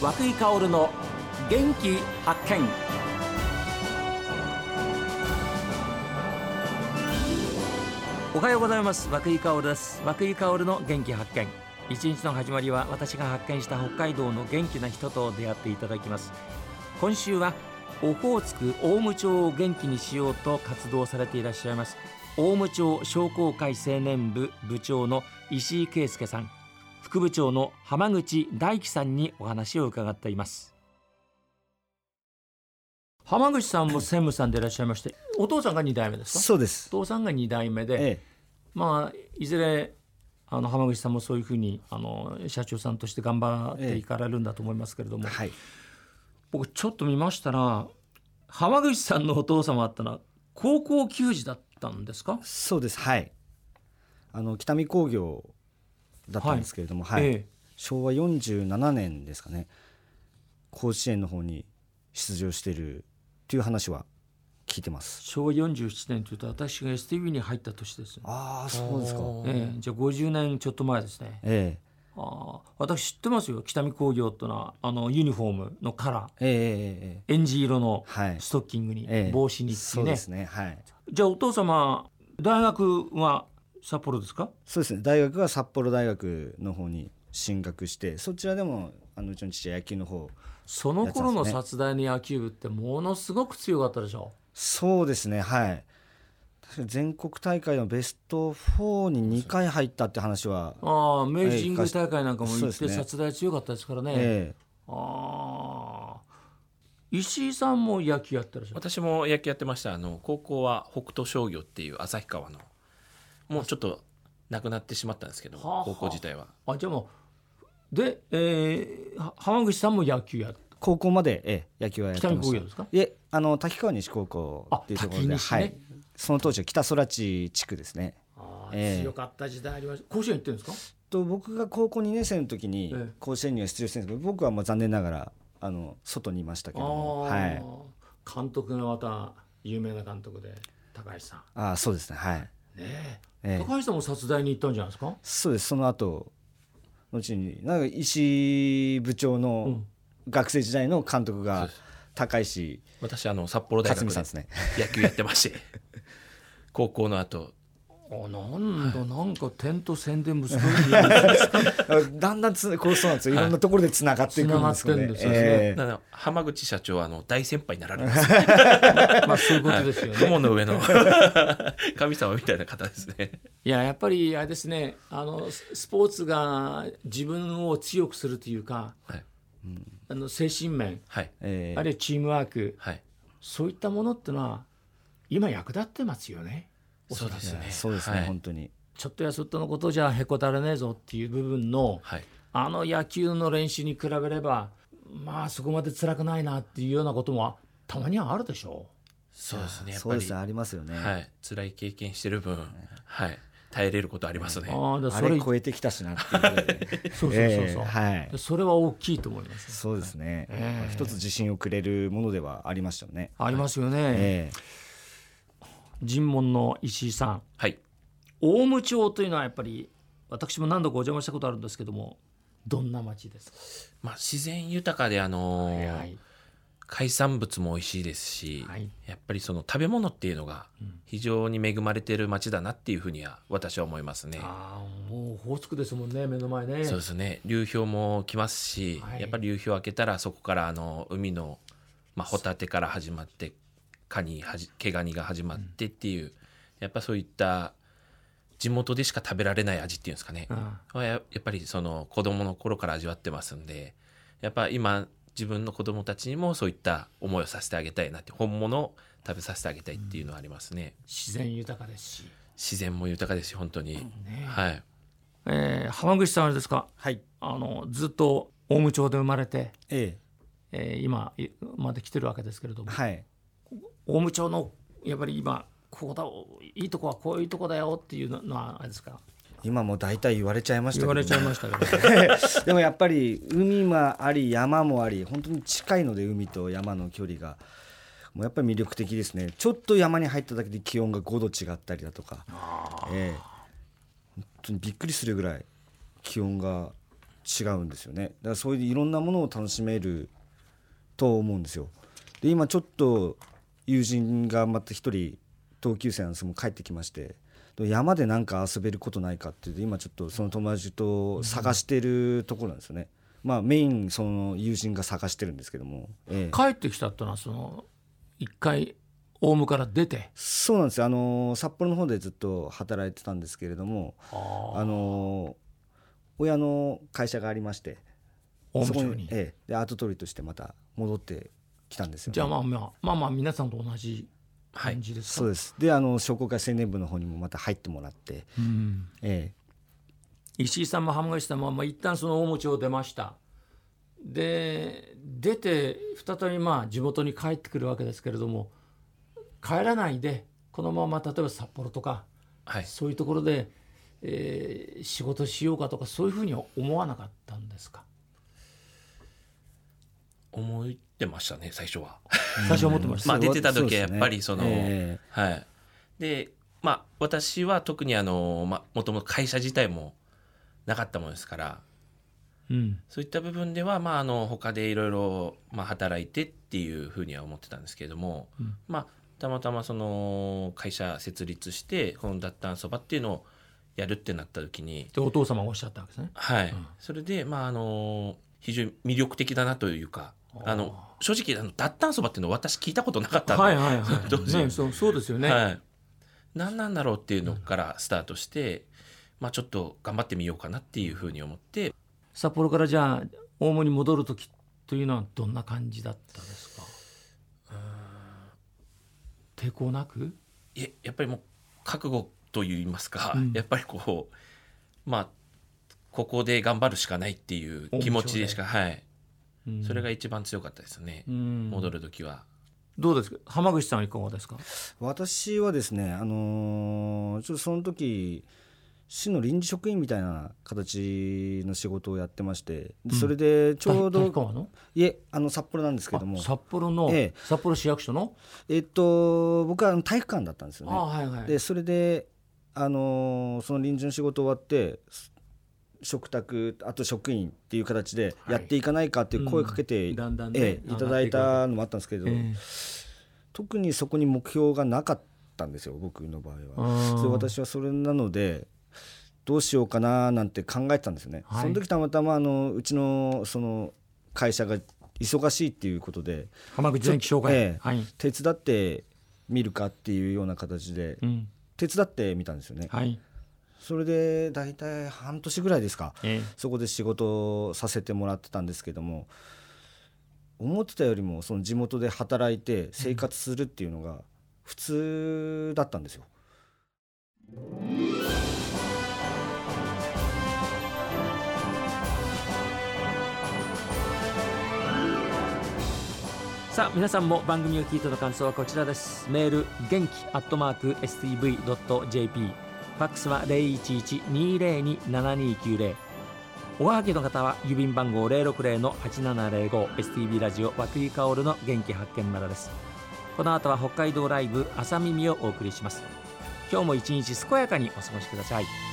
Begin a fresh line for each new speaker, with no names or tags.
和久井薫の元気発見おはようございます和久井薫です和久井薫の元気発見一日の始まりは私が発見した北海道の元気な人と出会っていただきます今週はオホーツク大務町を元気にしようと活動されていらっしゃいます大務町商工会青年部部長の石井圭介さん副部長の浜口大樹さんにお話を伺っています浜口さんも専務さんでいらっしゃいましてお父さんが2代目ですか
そうです
お。父さんが2代目で、
え
まあいずれあの浜口さんもそういうふうにあの社長さんとして頑張っていかれるんだと思いますけれども、
え、はい。
僕ちょっと見ましたら浜口さんのお父様だったのは高校球児だったんですか
そうです。はい。あの北見工業だったんですけれども、はい。
ええ
昭和47年ですかね。甲子園の方に出場しているという話は聞いてます。
昭和47年というと私が STV に入った年ですね、
ああ、そうですか。
ええ、じゃあ50年ちょっと前ですね
え
ああ私知ってますよ北見工業ってのはあのユニフォームのカラ
ええええええええ
ーえんじ色の
はい
ストッキングに、
ええ
帽子にってい
そうう
ね
ですね。はい。
じゃあお父様大学は札幌ですか
そうですね。大学は札幌大学の方に進学して、そちらでもあのうちの父は野球の方。
その頃の
やってま
札大の野球部ってものすごく強かったでしょ
そうですね、はい。確か全国大会のベスト4に2回入ったって話は、
ああ明治神宮大会なんかも行
そう
っ
です
て
ね
札大強かったですからね、
え
ああ石井さんも野球やってらっしゃる
私も野球やってましたあの高校は北斗商業っていう旭川のもうちょっとなくなってしまったんですけど
はあはあ
高校自体は
あじゃあもうで、えー、は浜口さんも野球やって
え高校まで、ええ、野球はやって
北見
ま
工
し
業
た。
ですか
いえ、あの滝川西高校っていうところで、
あ滝西ね
はい、その当時は北空地地区ですね。
ああ
ええ
強かった時代ありました甲子園行ってるんです
と僕が高校2年生の時に
ええ
甲子園には出場してるんですけど、僕はもう残念ながらあの外にいましたけ
か
ど
あ
も、
あ
はい、
監督がまた有名な監督で高橋さん
ああそうですね、はい、
ねえ
ええ
高橋さんも殺大に行ったんじゃないですか
そうです。その後後になんか石井部長
う
の
ん
学生時代の監督
そ
が
うです
高石
私あの札幌大
勝
学
美さん
で
ですね。
野球やってまして高校の後
あなんだなんか点と宣伝も すごいね
だんだんつこうそうなんですよ。いろんなところでつながっていくんです
繋が
よね。
ってんですよね
ええ
なので浜口社長はあの大先輩になられるんですよ
まあそういうことですよね
雲の上の神様みたいな方ですね
いややっぱりあれですねあのススポーツが自分を強くするというか
はい
あの精神面
はい
ええ
あるいはチームワーク
はい
そういったものってのは今役立ってますよね
そうですね
そうですね、
はい
本当に。
ちょっとやそっとのことじゃへこたれねえぞっていう部分の
はい
あの野球の練習に比べればまあそこまで辛くないなっていうようなこともたまにはあるでしょ
そうですねやっ
そう
ぱ
で
り
すねありますよね。
はい辛い経験してる分はい耐えれることあります
う、
ね
ああだか
あ
らそ
れ
れ
超えてきたしなっていうこと で。
そうそうそうそう、
ええはい。
それは大きいと思います、
そうですね。
ええ
一つ自信をくれるものではありましたよね。
ありますよね、
え
尋問の石井さん
はい
大務町というのはやっぱり私も何度かお邪魔したことあるんですけどもどんな町ですか
まあ、自然豊かで、あのー
はい
海産物も美味しいですし、
はい
やっぱりその食べ物っていうのが
ん
非常に恵まれてる町だなっていうふうには私は思いますね。
ああもう宝塚ですもんね目の前ね
そうですね流氷も来ますし、
はい
やっぱり流氷開けたらそこからあの海の、まあ、ホタテから始まってカニはじ毛ガニが始まってっていう、やっぱそういった地元でしか食べられない味っていうんですかね、
うん
はややっぱりその子供の頃から味わってますんでやっぱ今自分の子供たちにもそういった思いをさせてあげたいなって本物を食べさせてあげたいっていうのはありますね、
自然豊かですし、
自然も豊かですし本当に、
ね
はい
えー浜口さんあれですか
はい。
あのずっと大務町で生まれて、
え
えー今いまで来てるわけですけれど
え
も
はい。
大務町のやっぱり今ここだいいとこはこういうとこだよっていうのはあれですか
今もう大体言われちゃいましたけ
言
ど
わ
ね、
れちゃいましたけど
でもやっぱり海もあり山もあり本当に近いので海と山の距離がもうやっぱり魅力的ですねちょっと山に入っただけで気温が5度違ったりだとか、ええ本当にびっくりするぐらい気温が違うんですよねだからそういういろんなものを楽しめると思うんですよで今ちょっと友人がまた一人同級生なんですけども帰ってきましてで山でなんか遊べることないかって言って今ちょっとその友達と探してるところなんですよね、まあメインその友人が探してるんですけども、ええ
帰ってきたってのはその一回オウムから出て
そうなんですよあの札幌の方でずっと働いてたんですけれども
あ
あの親の会社がありまして
オウム
そこ
町
に
に、
ええ、でアートトリとしてまた戻ってきたんですよね、
じゃあまあまあまあまあ皆さんと同じ感じですか、
そうですであの商工会青年部の方にもまた入ってもらって、
うん
ええ、
石井さんも浜口さんも、まあ、一旦その大餅を出ましたで出て再びまあ地元に帰ってくるわけですけれども帰らないでこのまま例えば札幌とか
はい
そういうところで、えー仕事しようかとかそういうふうには思わなかったんですか
思ってましたね最初は
最初は思ってました、
まあ
そう
出てた
そう
時
で
はや
す
っ
ね
ぱりその
え
はいでまあ私は特にあのまあもともと会社自体もなかったものですから
うん
そういった部分ではまああの他でいろいろまあ働いてっていうふうには思ってたんですけれども、
うん
まあたまたまその会社設立してこの脱炭そばっていうのをやるってなった時に
でお父様がおっしゃったわけですね
はい、それでまああの非常に魅力的だなというか
あー
あの正直あの脱炭そばっていうの私聞いたことなかったんで
はいはい は
どう
い、
ぞ
ね、そうそうですよね、
はい、何なんだろうっていうのからスタートして、まあ、ちょっと頑張ってみようかなっていうふうに思って
札幌からじゃあ大門に戻る時というのはどんな感じだったですか抵抗なく
いややっぱりもう覚悟といいますか、
うん
やっぱりこうまあここで頑張るしかないっていう気持ちでしかはいそれが一番強かったですね、戻
戻
る時は。
どうですか浜口さんはいかがですか
私はですね、あのーちょっとその時市の臨時職員みたいな形の仕事をやってましてでそれでちょうど、
立川の
いえあの札幌なんですけども
あ札幌の、
ええ
札幌市役所の、
えっと僕はあの体育館だったんですよね
あはいはい
でそれで、あのーその臨時の仕事終わってす食卓あと職員っていう形で
はい
やっていかないかっていう声かけて、
うんだんだんね
ええいただいたのもあったんですけど、
ええ
特にそこに目標がなかったんですよ僕の場合は。
あー
それ私はそれなのでどうしようかななんて考えてたんですよね。
はい
その時たまたまあのうちのその会社が忙しいっていうことで
浜口前気象会、
ええ
はい、
手伝ってみるかっていうような形で
うん、
手伝ってみたんですよね。
はい、
それで大体半年ぐらいですか
ええ
そこで仕事をさせてもらってたんですけども思ってたよりもその地元で働いて生活するっていうのが普通だったんですよ。
さあ皆さんも番組を聞いての感想はこちらですメール元気アットマーク STV.jp ファックスは0112027290おはがきの方は郵便番号 060-8705STV ラジオ和久井薫の元気発見までですこの後は北海道ライブ朝耳をお送りします今日も一日健やかにお過ごしください